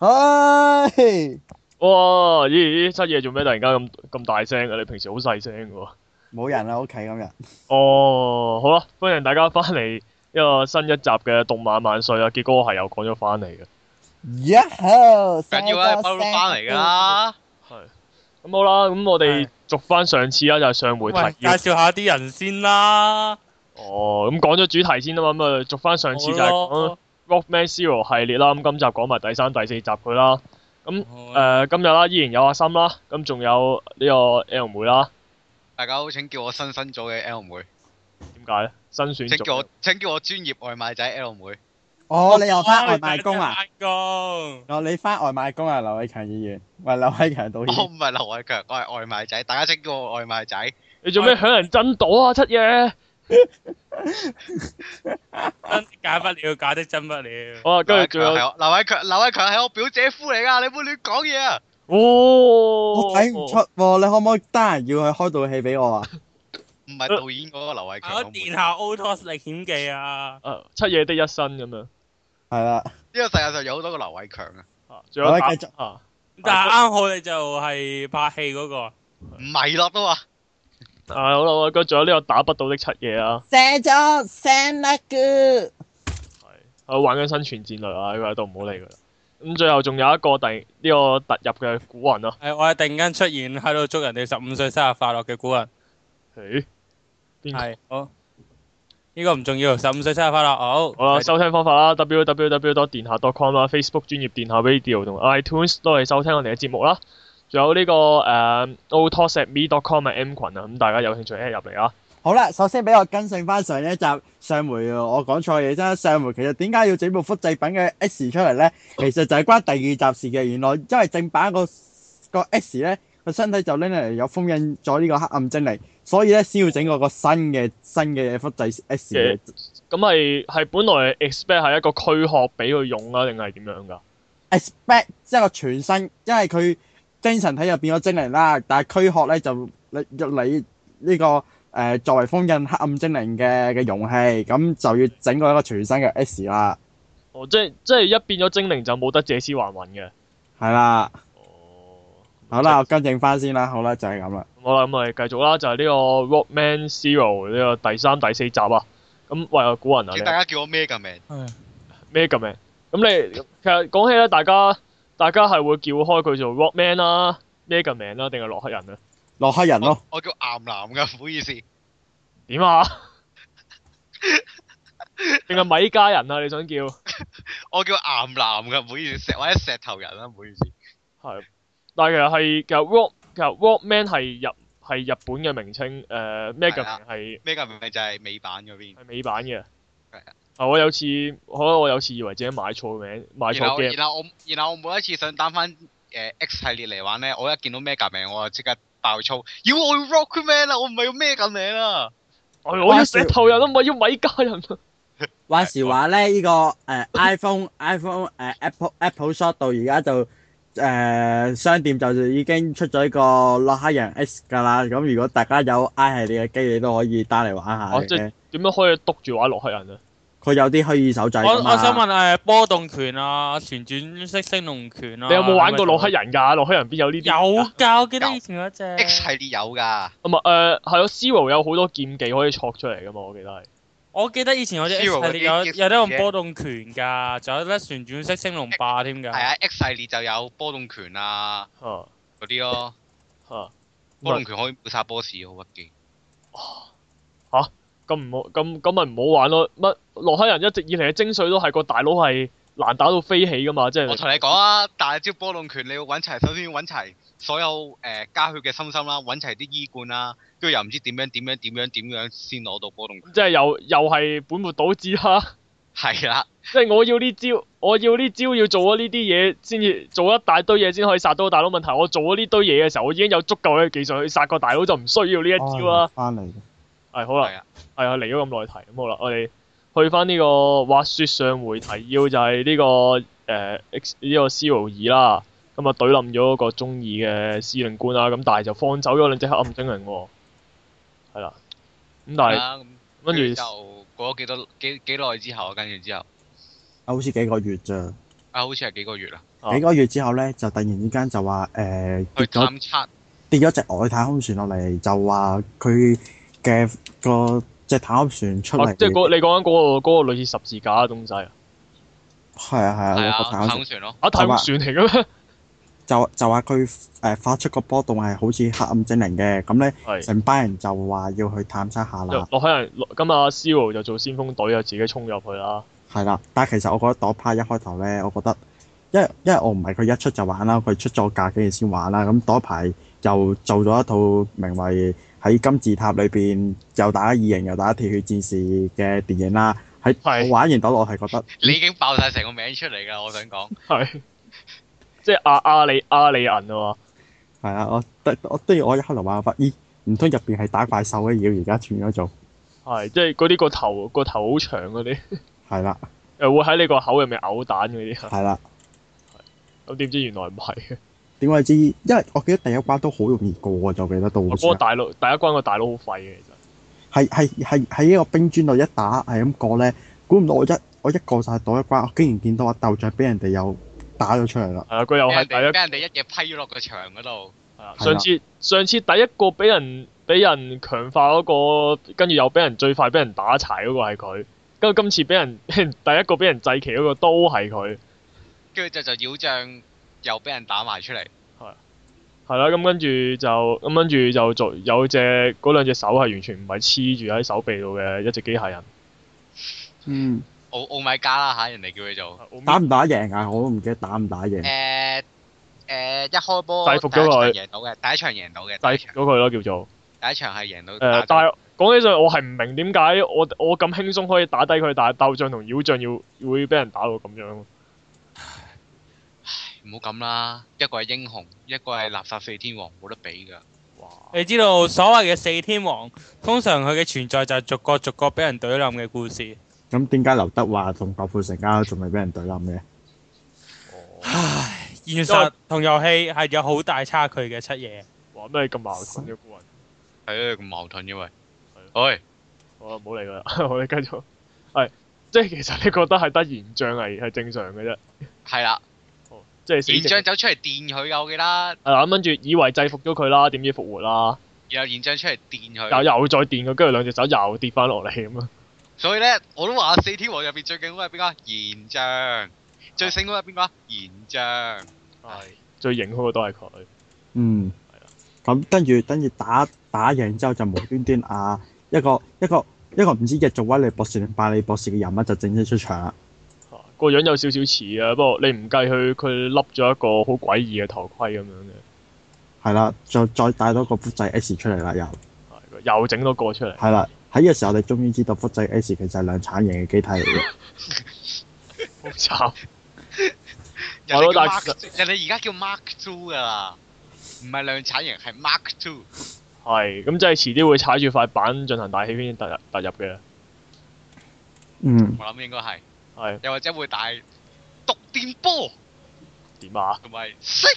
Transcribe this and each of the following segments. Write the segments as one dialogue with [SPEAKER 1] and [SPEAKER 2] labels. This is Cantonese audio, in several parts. [SPEAKER 1] 唉，
[SPEAKER 2] 哇！咦咦，七夜做咩突然間咁咁大聲嘅？你平時好細聲嘅喎。
[SPEAKER 1] 冇人啦，屋企今日。
[SPEAKER 2] 哦，好啦，歡迎大家翻嚟一個新一集嘅《動漫萬歲》啊！結果我係又講咗翻嚟嘅。
[SPEAKER 1] 呀好，
[SPEAKER 3] 緊要啊，包翻嚟㗎。啦。
[SPEAKER 2] 係。咁好啦，咁我哋
[SPEAKER 4] 係
[SPEAKER 2] 續翻上次啦，就係上回
[SPEAKER 4] 喂，
[SPEAKER 2] 提
[SPEAKER 4] 介
[SPEAKER 2] 要。
[SPEAKER 4] 紹下啲人先啦。
[SPEAKER 2] 哦，咁講咗主題先啊嘛，咁啊續翻上次就係講
[SPEAKER 4] 好
[SPEAKER 2] Rockman Zero 系列啦，咁今集講埋第三、第四集佢啦。誒、
[SPEAKER 4] 咯
[SPEAKER 2] 今日啦，依然有阿森啦，咁仲有呢個 L 妹啦，
[SPEAKER 3] 大家好，請叫我新新組嘅 L 妹，
[SPEAKER 2] 點解咧？新選
[SPEAKER 3] 請叫
[SPEAKER 2] 組
[SPEAKER 3] 我請叫我專業外賣仔 L 妹。
[SPEAKER 1] 哦，你又翻外賣工啊？？
[SPEAKER 4] 翻工。
[SPEAKER 1] 哦，你翻外賣工啊，劉偉強議員，喂，劉偉強導
[SPEAKER 3] 我
[SPEAKER 1] 演，
[SPEAKER 3] 哦唔係劉偉強，我係外賣仔，大家請叫我外賣仔。
[SPEAKER 2] 你做咩響人震到啊？七爺！
[SPEAKER 4] 真假不了，假的真不了。
[SPEAKER 2] 好啊，
[SPEAKER 3] 劉
[SPEAKER 2] 跟
[SPEAKER 3] 偉
[SPEAKER 2] 住仲有
[SPEAKER 3] 強係我劉偉強，劉偉強係我表姐夫嚟㗎，你唔好亂講嘢啊！
[SPEAKER 2] 哦，
[SPEAKER 1] 我睇唔出喎，你可唔可以單人要去開套戲俾我啊？
[SPEAKER 3] 唔係導演嗰個劉偉強，
[SPEAKER 4] 我
[SPEAKER 3] 我唔
[SPEAKER 4] 殿
[SPEAKER 3] 會
[SPEAKER 4] 下 Otos 歷險記啊！
[SPEAKER 2] 啊七爺的一生咁樣
[SPEAKER 1] 係啦，
[SPEAKER 3] 呢個世界上有好多個劉偉強啊，
[SPEAKER 2] 啊，仲有
[SPEAKER 1] 好
[SPEAKER 2] 打
[SPEAKER 1] 啦繼續
[SPEAKER 2] 啊，
[SPEAKER 4] 但係啱好你就係拍戲嗰個，
[SPEAKER 3] 唔係咯都話，
[SPEAKER 2] 啊好啦，好啦跟住仲有呢個打不到的七爺啊，
[SPEAKER 1] 寫咗聲啦嘅，
[SPEAKER 2] 係佢啊玩緊生存戰略啊，佢喺度唔好理佢啦。咁最後仲有一個第呢個突入嘅古人啊，
[SPEAKER 4] 係我係突然間出現喺度祝人哋十五歲生日快樂嘅古人，
[SPEAKER 2] 咦？邊個
[SPEAKER 4] 係好。呢個唔重要，十五歲生日快樂，好。
[SPEAKER 2] 好啦，收聽方法啦，www. 多電下 .com 啦，Facebook 專業電下 Radio 同 iTunes 都係收聽我哋嘅節目啦。仲有呢、個誒 o t o s a t me com 嘅 M 群啊，咁大家有興趣 add 入嚟啊。
[SPEAKER 1] 好啦，首先俾我更正翻上一集，上回呃我講錯嘢啫。上回其實點解要整部複製品嘅 X 出嚟咧？其實就係關第二集事嘅。原來因為正版個個 X 咧個身體就拎嚟有封印咗呢個黑暗精靈，所以咧先要整個個新嘅新嘅複製 X 嘅。
[SPEAKER 2] 咁係係本來 expect 係一個軀殼俾佢用啊，定係點樣㗎？
[SPEAKER 1] expect 即係個全身，因為佢精神體入變咗精靈啦，但係軀殼咧就入你呢、個誒、呃作為封印黑暗精靈嘅嘅容器，咁就要整個一個全新嘅 S 啦，
[SPEAKER 2] 哦，即係即係一變咗精靈就冇得借屍還魂嘅。
[SPEAKER 1] 係啦，
[SPEAKER 2] 哦，
[SPEAKER 1] 好啦，我更正翻先啦，好啦，就係咁啦，
[SPEAKER 2] 好啦，咁我哋繼續啦，就係、呢個 Rockman Zero 呢個第三、第四集啊。咁喂，古人啊，你
[SPEAKER 3] 請大家叫我咩嘅名？
[SPEAKER 4] 係。
[SPEAKER 2] 咩咁名？咁你其實講起咧，大家大家係會叫開佢做 Rockman 啦、咩咁名啦，定係洛克人啊？
[SPEAKER 1] 洛克人咯
[SPEAKER 3] 我，我叫岩男㗎，唔好意思，
[SPEAKER 2] 點啊？定係米家人啊？你想叫
[SPEAKER 3] 我叫岩男㗎，唔好意思，石或者石頭人啦，唔好意思。
[SPEAKER 2] 係？但係其實係其實 Rock 其實 Rockman 係日係日本嘅名稱，誒咩咁
[SPEAKER 3] 係啊
[SPEAKER 2] 名係
[SPEAKER 3] 咩嘅名就係美版嗰邊。
[SPEAKER 2] 係美版嘅。
[SPEAKER 3] 係啊
[SPEAKER 2] 啊！我有次可能我有次以為自己買錯名，買
[SPEAKER 3] 然
[SPEAKER 2] 錯
[SPEAKER 3] 後
[SPEAKER 2] game。
[SPEAKER 3] 然後我然後我每一次想 down 翻誒 X 系列嚟玩咧，我一見到咩革命我就即刻爆粗，妖我要 Rockman 啊啦，我唔係要咩革命啊啦。
[SPEAKER 2] 哎我要石頭人啊，唔係要米家人啊！
[SPEAKER 1] 話時話咧，呢、個呃誒、iPhone iPhone 誒、Apple Apple Shop 到而家就誒、呃商店就已經出咗一個洛克人 S 㗎啦，咁如果大家有 I 系列嘅機，你都可以 down 嚟玩下
[SPEAKER 2] 哦即係
[SPEAKER 1] 嘅。
[SPEAKER 2] 點樣可以督住玩洛克人啊？
[SPEAKER 1] 佢有啲虛擬手掣
[SPEAKER 4] 我
[SPEAKER 1] 㗎嘛
[SPEAKER 4] 我想問誒波動拳啊、旋轉式升龍拳啊，
[SPEAKER 2] 你有冇玩過洛克人㗎？洛克人邊有呢啲？
[SPEAKER 4] 有㗎，我記得
[SPEAKER 3] 有
[SPEAKER 4] 以前有一隻。
[SPEAKER 3] X 系列有㗎
[SPEAKER 2] 唔係誒啊呃係咯，Zero 有好多劍技可以戳出嚟噶嘛，我記得係。
[SPEAKER 4] 我記得以前有隻 X
[SPEAKER 3] Zero
[SPEAKER 4] 系列有
[SPEAKER 3] 嗰啲
[SPEAKER 4] 有得用波動拳㗎，仲有得旋轉式升龍霸添㗎。
[SPEAKER 3] 係啊，X 系列就有波動拳啊
[SPEAKER 2] 嚇
[SPEAKER 3] 嗰啲咯，
[SPEAKER 2] 嚇
[SPEAKER 3] 波動拳可以秒殺 boss 好屈機。
[SPEAKER 2] 咁唔好咁咁咪唔好玩咯。乜洛克人一直以嚟嘅精髓都係個大佬係難打到飛起噶嘛，即係。
[SPEAKER 3] 我同你講啊，大招波動拳你要揾齊，首先要揾齊所有誒加血嘅心心啦，揾齊啲衣冠啦，跟住又唔知點樣點樣點樣點樣先攞到波動拳。
[SPEAKER 2] 即係又又係本末倒置啦！
[SPEAKER 3] 係啦，
[SPEAKER 2] 即係我要呢招，我要呢招要做咗呢啲嘢，先至做一大堆嘢先可以殺到個大佬。問題我做咗呢堆嘢嘅時候，我已經有足夠嘅技術去殺個大佬，就唔需要呢一招啦。
[SPEAKER 1] 翻哦嚟嘅。
[SPEAKER 2] 係好啦
[SPEAKER 3] 哦係啊，
[SPEAKER 2] 係啊，嚟咗咁耐題，咁好啦，我哋去翻呢個滑雪上回提要就係呢、個誒、呃 X 呢個 Zero 二啦，咁啊懟冧咗個中二嘅司令官啦，咁但係就放走咗兩隻黑暗精靈喎，係啦，咁但
[SPEAKER 3] 係
[SPEAKER 2] 係
[SPEAKER 3] 啦，咁
[SPEAKER 2] 跟
[SPEAKER 3] 啊跟住
[SPEAKER 2] 住
[SPEAKER 3] 就過咗幾多幾幾耐之後啊，跟住之後
[SPEAKER 1] 啊，好似幾個月咋？
[SPEAKER 3] 啊，好似係幾個月啦。
[SPEAKER 4] 哦
[SPEAKER 2] 啊
[SPEAKER 1] 幾個月之後咧，就突然之間就話誒、呃跌
[SPEAKER 3] 去
[SPEAKER 1] 咗
[SPEAKER 3] 探測
[SPEAKER 1] 跌咗隻外太空船落嚟，就話佢嘅個隻太空船出
[SPEAKER 2] 啊
[SPEAKER 4] 哦
[SPEAKER 1] 嚟，
[SPEAKER 2] 即係嗰你講緊嗰個嗰個類似十字架嘅東西啊？
[SPEAKER 1] 係啊係
[SPEAKER 3] 係
[SPEAKER 1] 啊，
[SPEAKER 3] 啊
[SPEAKER 1] 個太
[SPEAKER 3] 太
[SPEAKER 1] 空
[SPEAKER 3] 空
[SPEAKER 1] 船
[SPEAKER 3] 船咯，
[SPEAKER 2] 啊，太空船嚟嘅咩？
[SPEAKER 1] 就就話佢誒發出個波動係好似黑暗精靈嘅，咁咧
[SPEAKER 2] 係。
[SPEAKER 1] 成班人就話要去探測下
[SPEAKER 2] 就
[SPEAKER 1] 啦，
[SPEAKER 2] 落喺人，落咁啊 c e o 就做先鋒隊啊，自己衝入去啦。
[SPEAKER 1] 係啦。但係其實我覺得朵派一開頭咧，我覺得因為因為我唔係佢一出就玩啦，佢出咗假幾日先玩啦，咁朵派又做咗一套名為喺金字塔裏邊又打異形又打鐵血戰士嘅電影啦。喺
[SPEAKER 2] 係
[SPEAKER 1] 我玩完朵，我係覺得。
[SPEAKER 3] 你已經爆晒成個名出嚟㗎，我想講。
[SPEAKER 2] 係，即係阿阿里阿里銀啊嘛，
[SPEAKER 1] 係啊，我得我都要我一開頭玩，我發咦，唔通入邊係打怪獸嘅妖，而家轉咗做
[SPEAKER 2] 係即係嗰啲個頭個頭好長嗰啲，
[SPEAKER 1] 係啦，
[SPEAKER 2] 誒會喺你個口入面嘔蛋嗰啲啊，
[SPEAKER 1] 係啦。
[SPEAKER 2] 咁點知原來唔係嘅，
[SPEAKER 1] 點解知？因為我記得第一關都好容易過嘅，就記得到好似
[SPEAKER 2] 嗰個大佬第一關個大佬好廢嘅其實，
[SPEAKER 1] 係係係喺呢個冰磚度一打係咁過咧，估唔到我一我一過晒到一關，我竟然見到阿豆醬俾人哋又打咗出嚟啦。
[SPEAKER 2] 係啊佢又
[SPEAKER 3] 俾
[SPEAKER 2] 係
[SPEAKER 3] 人
[SPEAKER 2] 第
[SPEAKER 3] 哋
[SPEAKER 2] 一
[SPEAKER 3] 俾人哋一嘢批咗落個牆嗰度，
[SPEAKER 2] 係啊，
[SPEAKER 1] 係啦
[SPEAKER 2] 上次上次第一個俾人俾人強化嗰個，跟住又俾人最快俾人打柴嗰個係佢，跟住今次俾人 第一個俾人祭旗嗰個都係佢。
[SPEAKER 3] 跟住就就妖將又俾人打埋出嚟。
[SPEAKER 2] 係啦，咁跟住就咁跟住就做有隻嗰兩隻手係完全唔係黐住喺手臂度嘅一隻機械人。
[SPEAKER 1] 嗯，
[SPEAKER 3] 奧哦奧米加啦嚇，人哋叫佢做。
[SPEAKER 1] 打唔打贏啊？我都唔記得打唔打
[SPEAKER 2] 嗯
[SPEAKER 1] 贏。
[SPEAKER 3] 誒誒，一開波
[SPEAKER 2] 制服咗佢
[SPEAKER 3] 第一場贏到嘅，第一場贏到嘅，
[SPEAKER 2] 制
[SPEAKER 3] 第一
[SPEAKER 2] 服
[SPEAKER 3] 場
[SPEAKER 2] 咗佢咯，叫做
[SPEAKER 3] 第一場係贏到
[SPEAKER 2] 誒、呃
[SPEAKER 3] 打到。
[SPEAKER 2] 但係講起上嚟，我係唔明點解我我咁輕鬆可以打低佢，但係鬥將同妖將要會俾人打到咁樣。
[SPEAKER 3] 唔好咁啦，一個係英雄，一個係垃圾四天王，冇得比㗎。
[SPEAKER 2] 哇！
[SPEAKER 4] 你知道所謂嘅四天王，通常佢嘅存在就係逐個逐個俾人懟冧嘅故事。
[SPEAKER 1] 咁點解劉德華同郭富城家仲未俾人對冧嘅？
[SPEAKER 2] 哦
[SPEAKER 4] 唉，現
[SPEAKER 2] 因為
[SPEAKER 4] 實同遊戲係有好大差距嘅七嘢。
[SPEAKER 2] 哇！咩咁矛盾嘅古人？
[SPEAKER 3] 係啊，咁矛盾因為
[SPEAKER 2] 係。啊
[SPEAKER 3] 喂，
[SPEAKER 2] 好啦，唔好理佢啦， 我哋繼續係即係其實你覺得係得賢將係係正常嘅啫，
[SPEAKER 3] 係啦，
[SPEAKER 2] 哦即係死
[SPEAKER 3] 賢將
[SPEAKER 2] 係
[SPEAKER 3] 走出嚟電佢㗎，我記得。
[SPEAKER 2] 啦，咁跟住以為制服咗佢啦，點知復活啦。
[SPEAKER 3] 然後賢將出嚟電
[SPEAKER 2] 又
[SPEAKER 3] 佢。
[SPEAKER 2] 又再電佢，跟住兩隻手又跌翻落嚟咁啊！
[SPEAKER 3] 所以咧，我都話四天王入邊最勁嗰個係邊個啊？賢將。最醒嗰個係邊個啊？賢將。
[SPEAKER 4] 哦
[SPEAKER 2] 係最型嗰個都係佢，
[SPEAKER 1] 嗯，咁跟住跟住打打贏之後就無端端啊一個一個一個唔知日做威利博士定拜利博士嘅人物就正式出場啦。
[SPEAKER 2] 啊個樣有少少似啊，不過你唔計佢，佢笠咗一個好詭異嘅頭盔咁樣嘅，
[SPEAKER 1] 係啦，再再帶多個複製 S 出嚟啦，又
[SPEAKER 2] 係又整多個出嚟，
[SPEAKER 1] 係啦。喺呢個時候，我哋終於知道複製 S 其實係量產型嘅機體嚟嘅。
[SPEAKER 2] 好慘！
[SPEAKER 3] 人
[SPEAKER 2] 係咯
[SPEAKER 3] 哋叫
[SPEAKER 2] 但
[SPEAKER 3] Mark，
[SPEAKER 2] 係
[SPEAKER 3] 人哋而家叫 Mark Two 㗎啦，唔係量產型，係 Mark Two。
[SPEAKER 2] 係咁，即係遲啲會踩住塊板進行大氣圈突入突入嘅，
[SPEAKER 1] 嗯，
[SPEAKER 3] 我諗應該係，
[SPEAKER 2] 係
[SPEAKER 3] 又或者會帶毒電波
[SPEAKER 2] 點啊？
[SPEAKER 3] 同埋 six，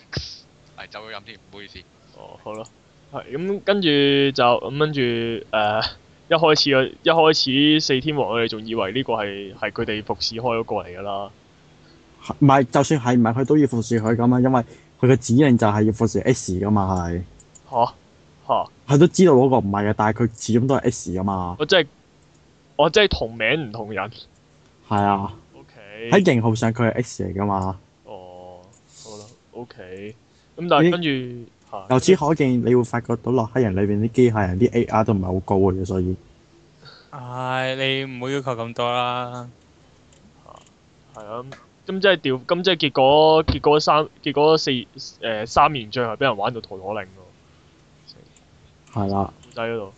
[SPEAKER 3] 係就會咁添，唔好意思。
[SPEAKER 2] 哦，好咯，係咁跟住就咁跟住誒。一開始啊，一開始四天王我哋仲以為呢個係係佢哋服侍開嗰個嚟㗎啦，
[SPEAKER 1] 唔係就算係唔係佢都要服侍佢噶嘛，因為佢嘅指令就係要服侍 S 噶嘛，係
[SPEAKER 2] 嚇、嚇、
[SPEAKER 1] 佢都知道嗰個唔係嘅，但係佢始終都係 S 噶嘛，
[SPEAKER 2] 我真係我真係同名唔同人。
[SPEAKER 1] 係啊，
[SPEAKER 2] O
[SPEAKER 1] 喺
[SPEAKER 2] K，
[SPEAKER 1] 型號上佢係 S 嚟噶嘛。
[SPEAKER 2] 哦，好啦，O K，咁但係跟住嚇，
[SPEAKER 1] 由此可見，你會發覺到洛克人裏邊啲機械人啲 AR 都唔係好高嘅，所以
[SPEAKER 4] 唉，你唔好要求咁多啦。
[SPEAKER 2] 係啊，咁即係調，咁即係結果，結果三，結果四誒三年最後俾人玩到陀螺令喎，
[SPEAKER 1] 係啦。
[SPEAKER 2] 古仔嗰度，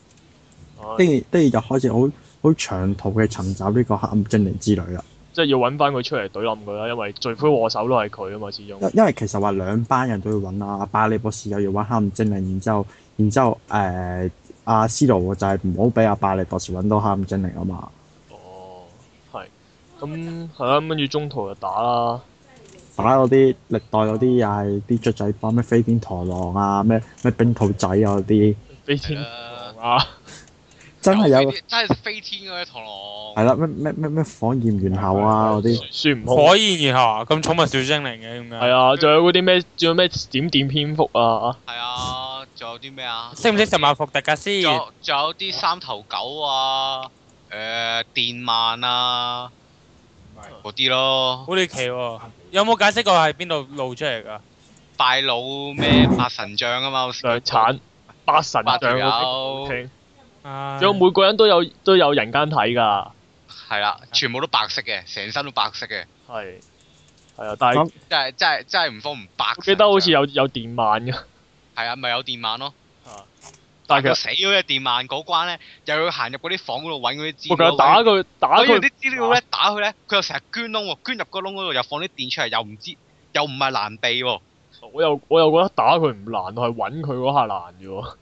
[SPEAKER 1] 跟
[SPEAKER 2] 唉
[SPEAKER 1] 住跟住就開始好好長途嘅尋找呢個黑暗精靈之旅啦。
[SPEAKER 2] 即係要揾翻佢出嚟懟冧佢啦，因為罪魁禍首都係佢啊嘛，始終
[SPEAKER 1] 因因為其實話兩班人都要揾啊，阿巴利博士又要揾黑暗精靈，然之後然之後誒阿斯羅就係唔好俾阿巴利博士揾到黑暗精靈啊嘛。
[SPEAKER 2] 哦，係，咁係啦，咁跟住中途就打啦，
[SPEAKER 1] 打嗰啲歷代嗰啲又係啲雀仔幫咩飛天螳螂啊，咩咩冰兔仔啊嗰啲，
[SPEAKER 2] 飛天
[SPEAKER 3] 係啦
[SPEAKER 2] 狼啊，
[SPEAKER 1] 真係有
[SPEAKER 3] 飛天真係飛天嗰啲螳螂。
[SPEAKER 1] 係啦，咩咩咩咩火焰元校啊嗰啲，
[SPEAKER 2] 孫悟空
[SPEAKER 4] 火焰然後啊咁寵物小精靈嘅咁
[SPEAKER 2] 係
[SPEAKER 4] 樣，
[SPEAKER 2] 啊，仲有嗰啲咩，仲有咩點點蝙蝠啊，
[SPEAKER 3] 係啊，仲有啲咩啊？
[SPEAKER 4] 識唔識十萬伏特㗎先？
[SPEAKER 3] 仲有仲有啲三頭狗啊，誒電鰻啊，嗰啲咯，
[SPEAKER 4] 好離奇喎！有冇解釋過係邊度露出嚟㗎？
[SPEAKER 3] 拜佬 咩八神像啊嘛，
[SPEAKER 2] 上產八神像
[SPEAKER 3] 八條友
[SPEAKER 2] 嗰啲，
[SPEAKER 4] 唉
[SPEAKER 2] 仲有每個人都有都有人間體㗎，
[SPEAKER 3] 係啦，全部都白色嘅，成身都白色嘅，
[SPEAKER 2] 係係啊，但係
[SPEAKER 1] 咁
[SPEAKER 3] 真係真係真係唔慌唔白神像。啊
[SPEAKER 2] 我記得好似有有電鰻㗎，
[SPEAKER 3] 係啊，咪有電鰻咯，
[SPEAKER 2] 但係啊
[SPEAKER 3] 佢
[SPEAKER 2] 其實
[SPEAKER 3] 死咗嘅電鰻嗰關咧，又要行入嗰啲房嗰度揾嗰啲
[SPEAKER 2] 我
[SPEAKER 3] 資
[SPEAKER 2] 其
[SPEAKER 3] 料
[SPEAKER 2] 實
[SPEAKER 3] 揾
[SPEAKER 2] 打佢打
[SPEAKER 3] 我以為
[SPEAKER 2] 佢
[SPEAKER 3] 啲資料咧打佢咧，佢又成日捐窿喎，捐入個窿嗰度又放啲電出嚟，又唔知又唔係難避喎，
[SPEAKER 2] 我又我又覺得打佢唔難，我係揾佢嗰下難啫喎。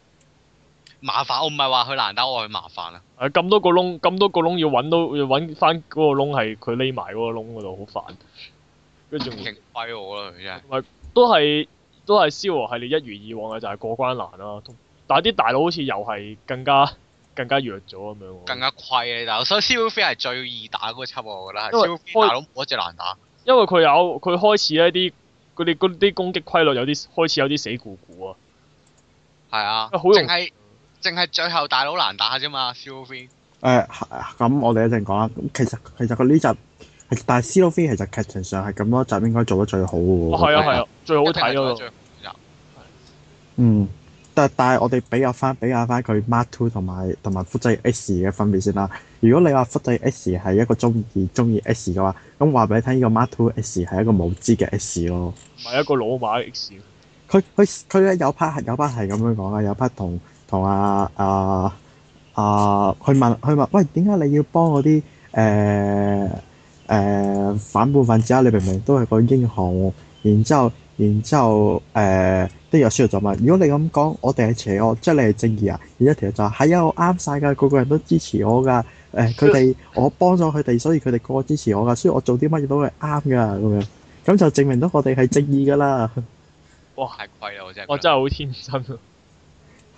[SPEAKER 3] 麻煩。我唔係話佢難打，我話佢麻煩啊。
[SPEAKER 2] 係咁多個窿，咁多個窿要揾到，要揾翻嗰個窿係佢匿埋嗰個窿嗰度，好煩。跟 住仲
[SPEAKER 3] 勁虧我啦，佢
[SPEAKER 2] 哦
[SPEAKER 3] 真係。
[SPEAKER 2] 都係都係燒和系列一如以往嘅，就係過關難啦。同但係啲大佬好似又係更加更加弱咗咁樣喎。
[SPEAKER 3] 更加虧你大佬，所以 s i l 係最易打嗰輯喎，我覺得係。
[SPEAKER 2] 因
[SPEAKER 3] s
[SPEAKER 2] 為
[SPEAKER 3] i l 大佬冇一隻難打，
[SPEAKER 2] 因為佢有佢開始呢啲嗰啲嗰啲攻擊規律有啲開始有啲死固固啊。
[SPEAKER 3] 係啊，
[SPEAKER 2] 好容易
[SPEAKER 3] 淨係淨係最後大佬難打啫嘛 s i l
[SPEAKER 1] 誒咁我哋一陣講啦。咁其實其實佢呢集，但係《斯洛菲》其實劇情上係咁多集應該做得最好嘅
[SPEAKER 2] 哦
[SPEAKER 1] 喎。
[SPEAKER 2] 係啊
[SPEAKER 3] 係啊
[SPEAKER 2] 係啊，最好睇嗰個。
[SPEAKER 1] 嗯，但但係我哋比較翻比較翻佢 Mark Two 同埋同埋複製 S 嘅分別先啦。如果你話複製 S 係一個中意中意 S 嘅話，咁話俾你聽，呢個 Mark Two S 係一個無知嘅 S 咯。
[SPEAKER 2] 唔係一個老馬 X。
[SPEAKER 1] 佢佢佢咧有 part 係有 part 係咁樣講啊，有 part 同同啊啊啊，佢問佢問喂點解你要幫嗰啲誒誒反叛分子啊？你明明都係個英雄，然之後然之後誒啲有輸入就問，如果你咁講，我哋係邪惡，即係你係正義啊？然之後條友就話係啊，我啱晒㗎，個個人都支持我㗎。誒佢哋我幫咗佢哋，所以佢哋個個支持我㗎，所以我做啲乜嘢都係啱㗎咁樣，咁就證明到我哋係正義㗎啦。
[SPEAKER 3] 太虧啦，我真係。
[SPEAKER 2] 我真係好天真啊！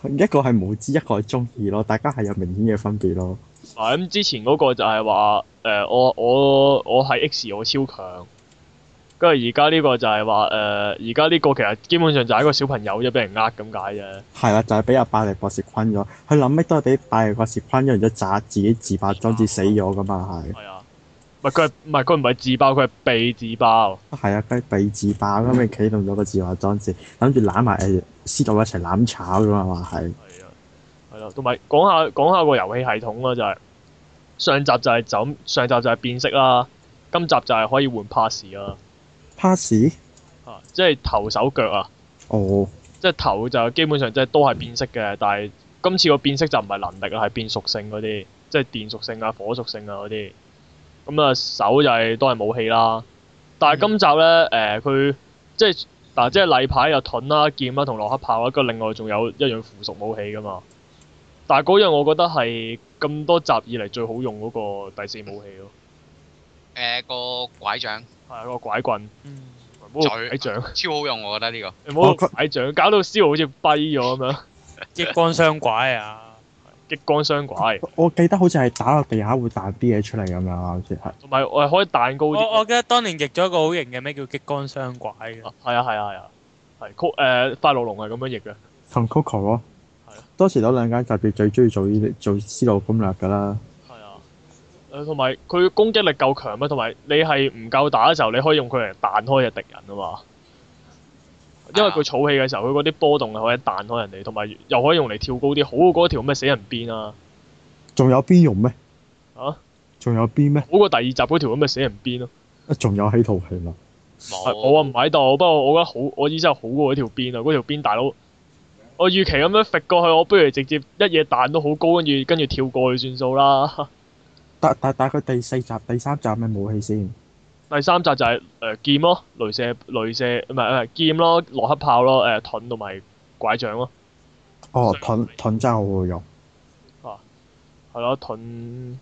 [SPEAKER 1] 一個係無知，一個係中意咯，大家係有明顯嘅分別咯。
[SPEAKER 2] 嗱咁之前嗰個就係話誒我我我係 X 我超強，跟住而家呢個就係話誒而家呢個其實基本上就係一個小朋友啫，俾人呃咁解啫。
[SPEAKER 1] 係啦，就係俾阿拜力博士困咗，佢諗乜都係俾拜力博士困咗，然之後炸自己自爆裝置死咗噶嘛，係
[SPEAKER 2] 係啊，唔係佢係唔係佢唔係自爆，佢係被自爆。
[SPEAKER 1] 係啊，佢被自爆咁咪啟動咗個自爆裝置，諗住攬埋誒司徒一齊攬炒噶嘛，話係
[SPEAKER 2] 係啊，係啦，同埋講下講下個遊戲系統啊啦，就係、上集就係就咁，上集就係變色啦，今集就係可以換 pass 啦，
[SPEAKER 1] pass
[SPEAKER 2] 啊，即係頭手腳啊，
[SPEAKER 1] 哦，
[SPEAKER 2] 即係頭就基本上即係都係變色嘅，但係今次個變色就唔係能力啊，係變屬性嗰啲，即係電屬性啊、火屬性啊嗰啲。咁啊，手就係、都係武器啦。但係今集咧，誒、佢、即係嗱、即係例牌有盾啦、劍啦同洛克炮啦，跟住另外仲有一樣附屬武器噶嘛。但係嗰樣我覺得係咁多集以嚟最好用嗰個第四武器咯，
[SPEAKER 3] 誒個拐杖
[SPEAKER 2] 係啊個拐棍，
[SPEAKER 4] 嗯
[SPEAKER 2] 唔好拐杖，
[SPEAKER 3] 超好用，我覺得呢個。
[SPEAKER 2] 唔好拐杖，搞到燒好似跛咗咁樣，
[SPEAKER 4] 激光雙拐啊！
[SPEAKER 2] 激光雙拐。
[SPEAKER 1] 我記得好似係打落地下會彈啲嘢出嚟咁樣啊，好似係
[SPEAKER 2] 同埋我係可以彈高啲。
[SPEAKER 4] 我我記得當年譯咗一個好型嘅咩叫激光雙拐嘅，
[SPEAKER 2] 啊係啊係啊係啊，係曲誒快樂龍係咁樣譯嘅，
[SPEAKER 1] 同 Coco 咯
[SPEAKER 2] 係啊。
[SPEAKER 1] 當時嗰兩間集別最中意做呢啲做思路攻略㗎啦，
[SPEAKER 2] 係啊。誒同埋佢攻擊力夠強啊，同埋你係唔夠打嘅時候，你可以用佢嚟彈開隻敵人啊嘛。因為佢儲氣嘅時候，佢嗰啲波動係可以彈開人哋，同埋又可以用嚟跳高啲，好過嗰條咩死人鞭啊，
[SPEAKER 1] 仲有邊用咩？
[SPEAKER 2] 啊？
[SPEAKER 1] 仲有邊咩？
[SPEAKER 2] 好過第二集嗰條咁嘅死人鞭咯。
[SPEAKER 1] 啊仲有喺套戲嘛？
[SPEAKER 2] 係我啊唔喺度，不過我覺得好，我意思係好過嗰條鞭啊，嗰條鞭大佬，我預期咁樣揈過去，我不如直接一嘢彈到好高，跟住跟住跳過去算數啦。
[SPEAKER 1] 但但但佢第四集、第三集有咩武器先？
[SPEAKER 2] 第三集就係、呃劍咯，雷射雷射唔係唔係劍咯，羅克炮咯，誒、呃盾同埋拐杖咯，
[SPEAKER 1] 哦
[SPEAKER 2] 上，
[SPEAKER 1] 盾盾真係好好用，
[SPEAKER 2] 係咯盾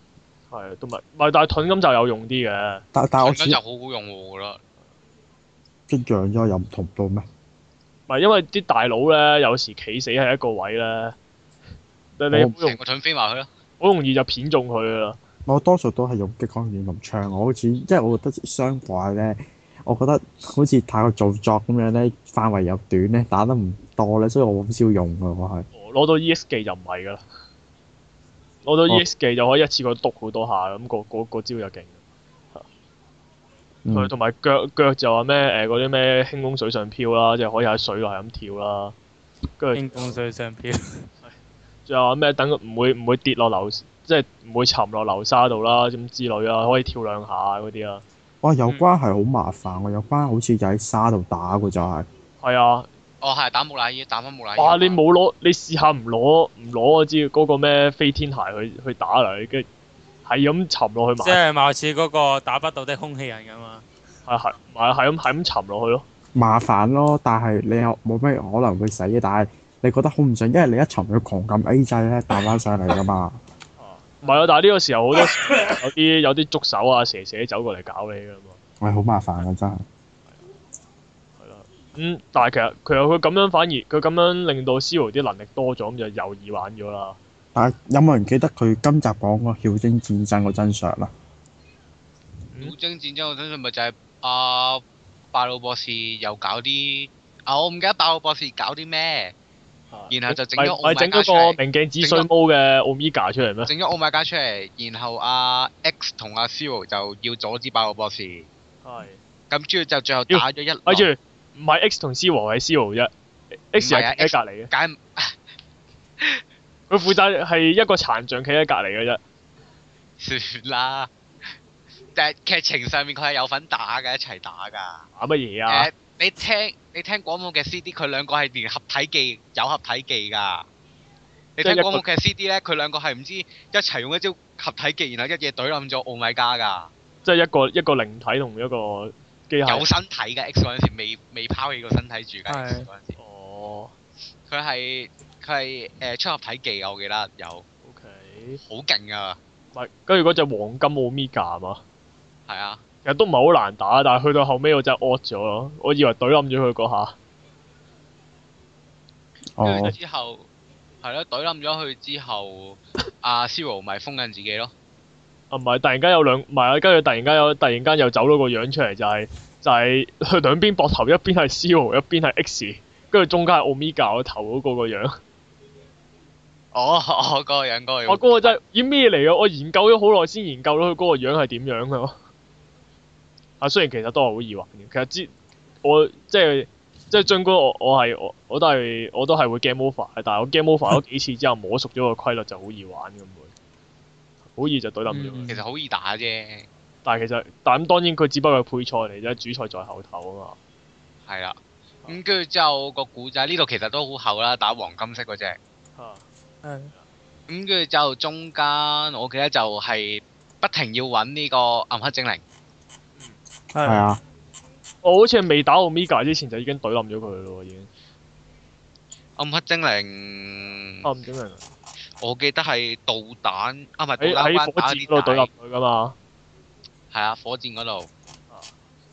[SPEAKER 2] 係都唔係唔係，但係盾咁就有用啲嘅，
[SPEAKER 1] 但但我
[SPEAKER 3] 咁
[SPEAKER 1] 似
[SPEAKER 3] 就好好用喎，我覺得。
[SPEAKER 1] 一樣咗又唔同到咩？
[SPEAKER 2] 唔係因為啲大佬咧有時企死喺一個位咧，你你
[SPEAKER 1] 我
[SPEAKER 2] 好容
[SPEAKER 3] 成個盾飛埋去咯。
[SPEAKER 2] 好容易就片中佢噶啦。
[SPEAKER 1] 我多數都係用激光劍同槍，我好似因為我覺得雙怪咧，我覺得好似太過做作咁樣咧，範圍又短咧，打得唔多咧，所以我好少用噶，我係
[SPEAKER 2] 攞到 EX 技就唔係噶啦，攞到
[SPEAKER 1] 哦
[SPEAKER 2] EX 技就可以一次過篤好多下咁，嗰嗰嗰招就勁。
[SPEAKER 1] 嗯
[SPEAKER 2] 佢同埋腳腳就話咩誒嗰啲咩輕功水上漂啦，即係可以喺水度係咁跳啦。跟住
[SPEAKER 4] 英公水上漂，
[SPEAKER 2] 仲有話咩等佢唔會唔會跌落流，即係唔會沉落流沙度啦，咁之類啊啦，可以跳兩下嗰啲啊啦。
[SPEAKER 1] 哇有關係好麻煩喎，有關好似就喺沙度打嘅就係、
[SPEAKER 2] 係啊，
[SPEAKER 3] 哦係打木乃伊，打翻
[SPEAKER 4] 哎
[SPEAKER 3] 木乃伊。
[SPEAKER 2] 哇！你冇攞，你試下唔攞唔攞我知嗰個咩飛天鞋去去打嚟，跟住係咁沉落去
[SPEAKER 4] 即
[SPEAKER 2] 埋，
[SPEAKER 4] 係貌似嗰個打不到的空氣人咁啊！
[SPEAKER 2] 係係埋係咁係咁沉落去咯。
[SPEAKER 1] 麻煩咯，但係你又冇咩可能會死，但係你覺得好唔順，因為你一沉佢狂撳 A 掣咧彈翻上嚟噶嘛。
[SPEAKER 2] 唔係啊，但係呢個時候好多 有啲有啲捉手啊、蛇蛇走過嚟搞你噶嘛。
[SPEAKER 1] 喂，好麻煩啊，真係。
[SPEAKER 2] 係啦，咁但係其實佢有佢咁樣反而佢咁樣令到 C 羅啲能力多咗，咁就又易玩咗啦。
[SPEAKER 1] 但係有冇人記得佢今集講個曉晶戰爭個真相啊？
[SPEAKER 3] 古精戰爭，我相信咪就係阿爆魯博士又搞啲啊，我唔記得爆魯博士搞啲咩，然後就整咗
[SPEAKER 2] 咪咪整
[SPEAKER 3] Omega
[SPEAKER 2] 嗰
[SPEAKER 3] 出嚟
[SPEAKER 2] 個明鏡止水毛嘅 Omega 出嚟咩？
[SPEAKER 3] 整咗奧米加出嚟，然後阿 X 同阿 Zero 就要阻止爆魯博士，
[SPEAKER 2] 係，
[SPEAKER 3] 咁之後就最後打咗一輪，
[SPEAKER 2] 咪住唔係 X 同 C 羅係 C 羅啫，X
[SPEAKER 3] 唔係啊
[SPEAKER 2] 係企喺隔離嘅，
[SPEAKER 3] 解
[SPEAKER 2] 佢負責係一個殘像企喺隔離嘅啫。
[SPEAKER 3] 算啦。但係劇情上面佢係有份打嘅，一齊打㗎。
[SPEAKER 2] 打乜嘢
[SPEAKER 3] 誒、
[SPEAKER 2] 啊？
[SPEAKER 3] 你聽你聽廣播嘅 CD，佢兩個係連合體技有合體技㗎。你
[SPEAKER 2] 即係
[SPEAKER 3] 聽
[SPEAKER 2] 一個
[SPEAKER 3] 廣播嘅 CD 咧，佢兩個係唔知一齊用一招合體技，然後一嘢懟冧咗奧米加㗎。
[SPEAKER 2] 即係一個一個靈體同一個機
[SPEAKER 3] 有
[SPEAKER 2] 械。
[SPEAKER 3] 身體嘅 X 嗰陣時未未拋棄個身體住㗎
[SPEAKER 4] 係
[SPEAKER 3] X 嗰陣時，
[SPEAKER 2] 哦
[SPEAKER 3] 佢係佢係誒呃出合體技㗎，我記得有好
[SPEAKER 2] ，OK，
[SPEAKER 3] 勁啊㗎，
[SPEAKER 2] 咪跟住嗰只黃金 Omega 嘛。
[SPEAKER 3] 係啊，
[SPEAKER 2] 其實都唔係好難打，但係去到後尾我真係 odd 咗咯，我以為懟冧咗佢嗰下，
[SPEAKER 3] 跟住
[SPEAKER 1] 哦，
[SPEAKER 3] 之後係咯，懟冧咗佢之後，阿 Zero 咪封印自己咯，
[SPEAKER 2] 啊唔係，突然間有兩，唔係啊，跟住突然間有，突然間又走咗個樣出嚟，就係、就係、 佢兩邊膊頭一邊係 Zero，一邊係 X，跟住中間係 Omega 個頭嗰個個樣，
[SPEAKER 3] 哦，嗰個樣嗰個
[SPEAKER 2] 我
[SPEAKER 3] 樣，
[SPEAKER 2] 嗰、個真係咦咩嚟啊！我研究咗好耐先研究到佢嗰個樣係點樣嘅咯。 啊，雖然其實都係好易玩嘅，其實之我即係即係進哥，我我係我我都係我都係會 game over 嘅，但係我 game over 咗幾次之後摸熟咗個規律就好易玩咁會，好易就懟冧咗佢。
[SPEAKER 4] 嗯
[SPEAKER 3] 其實好易打啫，
[SPEAKER 2] 但係其實但係咁當然佢只不過係配菜嚟啫，主菜在後頭啊嘛。
[SPEAKER 3] 係啦。咁跟住之後個古仔呢度其實都好厚啦，打黃金色嗰只。咁跟住之後中間我記得就係不停要揾呢個暗黑精靈，
[SPEAKER 1] 係
[SPEAKER 4] 係
[SPEAKER 1] 啊，
[SPEAKER 2] 我哦好似係未打 Omega 之前就已經懟冧咗佢咯，已經。
[SPEAKER 3] 暗黑精靈
[SPEAKER 2] 啊唔知明啊
[SPEAKER 3] 我記得係導彈啊，唔係
[SPEAKER 2] 喺
[SPEAKER 3] 導彈
[SPEAKER 2] 喺
[SPEAKER 3] 關打
[SPEAKER 2] 火箭
[SPEAKER 3] 啲
[SPEAKER 2] 嗰度懟
[SPEAKER 3] 大
[SPEAKER 2] 冧，佢噶嘛。
[SPEAKER 3] 係啊，火箭嗰度
[SPEAKER 2] 係啊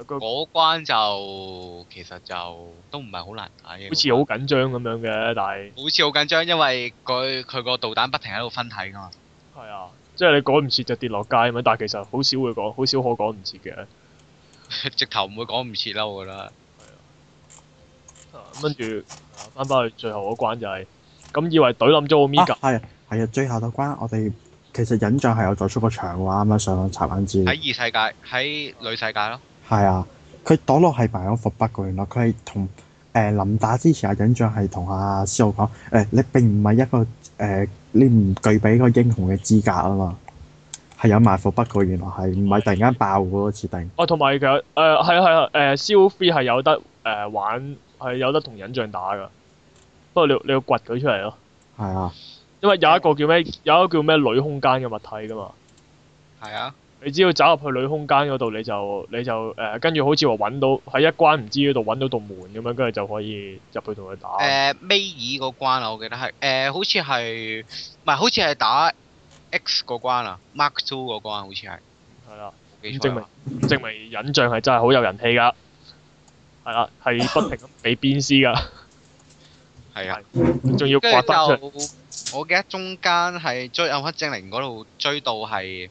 [SPEAKER 2] 佢
[SPEAKER 3] 嗰關就其實就都唔係好難打嘅，
[SPEAKER 2] 好似好緊張咁樣嘅，但係
[SPEAKER 3] 好似好緊張，因為佢佢個導彈不停喺度分體㗎嘛，
[SPEAKER 2] 係啊，即係你趕唔切就跌落街咁樣，但係其實好少會講，好少可趕唔切嘅。
[SPEAKER 3] 直頭唔會講唔切啦，我覺得。
[SPEAKER 2] 跟住翻返去最後嗰關就係、咁，以為懟冧咗
[SPEAKER 1] 啊
[SPEAKER 2] Omega，
[SPEAKER 1] 係係啊，最後嗰關我哋其實印象係有做出個長話咁樣上網查翻資
[SPEAKER 3] 喺
[SPEAKER 2] 嗯
[SPEAKER 1] 料。
[SPEAKER 3] 異世界，喺女世界咯，
[SPEAKER 1] 係啊，佢朵落係埋咗伏筆嘅，原來佢係同誒臨打之前，阿印象係同阿思浩講誒，你並唔係一個誒、呃你唔具備一個英雄嘅資格啊嘛，係有埋伏筆嘅，原來係唔係突然間爆嘅嗰個設定。
[SPEAKER 2] 啊，同埋其實誒係啊係啊誒 s e l f r e e 係有得誒、呃玩係有得同忍像打㗎，不過你要你要掘佢出嚟咯，
[SPEAKER 1] 係啊，
[SPEAKER 2] 因為有一個叫咩有一個叫咩女空間嘅物體㗎嘛。
[SPEAKER 3] 係啊。
[SPEAKER 2] 你只要走入去女空間嗰度，你就你就誒跟住好似話揾到喺一關唔知嗰度揾到道門咁樣，跟住就可以入去同佢打。
[SPEAKER 3] 誒尾二個關啊，我記得係誒、好似係唔係好似係打 X 個關啊，Mark Two 個關好似係，
[SPEAKER 2] 係啦。
[SPEAKER 3] 冇記
[SPEAKER 2] 咁
[SPEAKER 3] 錯
[SPEAKER 2] 證
[SPEAKER 3] 啊
[SPEAKER 2] 明證明忍像係真係好有人氣㗎，係啦，係不停咁俾鞭屍㗎，
[SPEAKER 3] 係啊，
[SPEAKER 2] 仲要
[SPEAKER 3] 跟
[SPEAKER 2] 刮
[SPEAKER 3] 住
[SPEAKER 2] 得出嚟。
[SPEAKER 3] 就我記得中間係呃追暗黑精靈嗰度追到係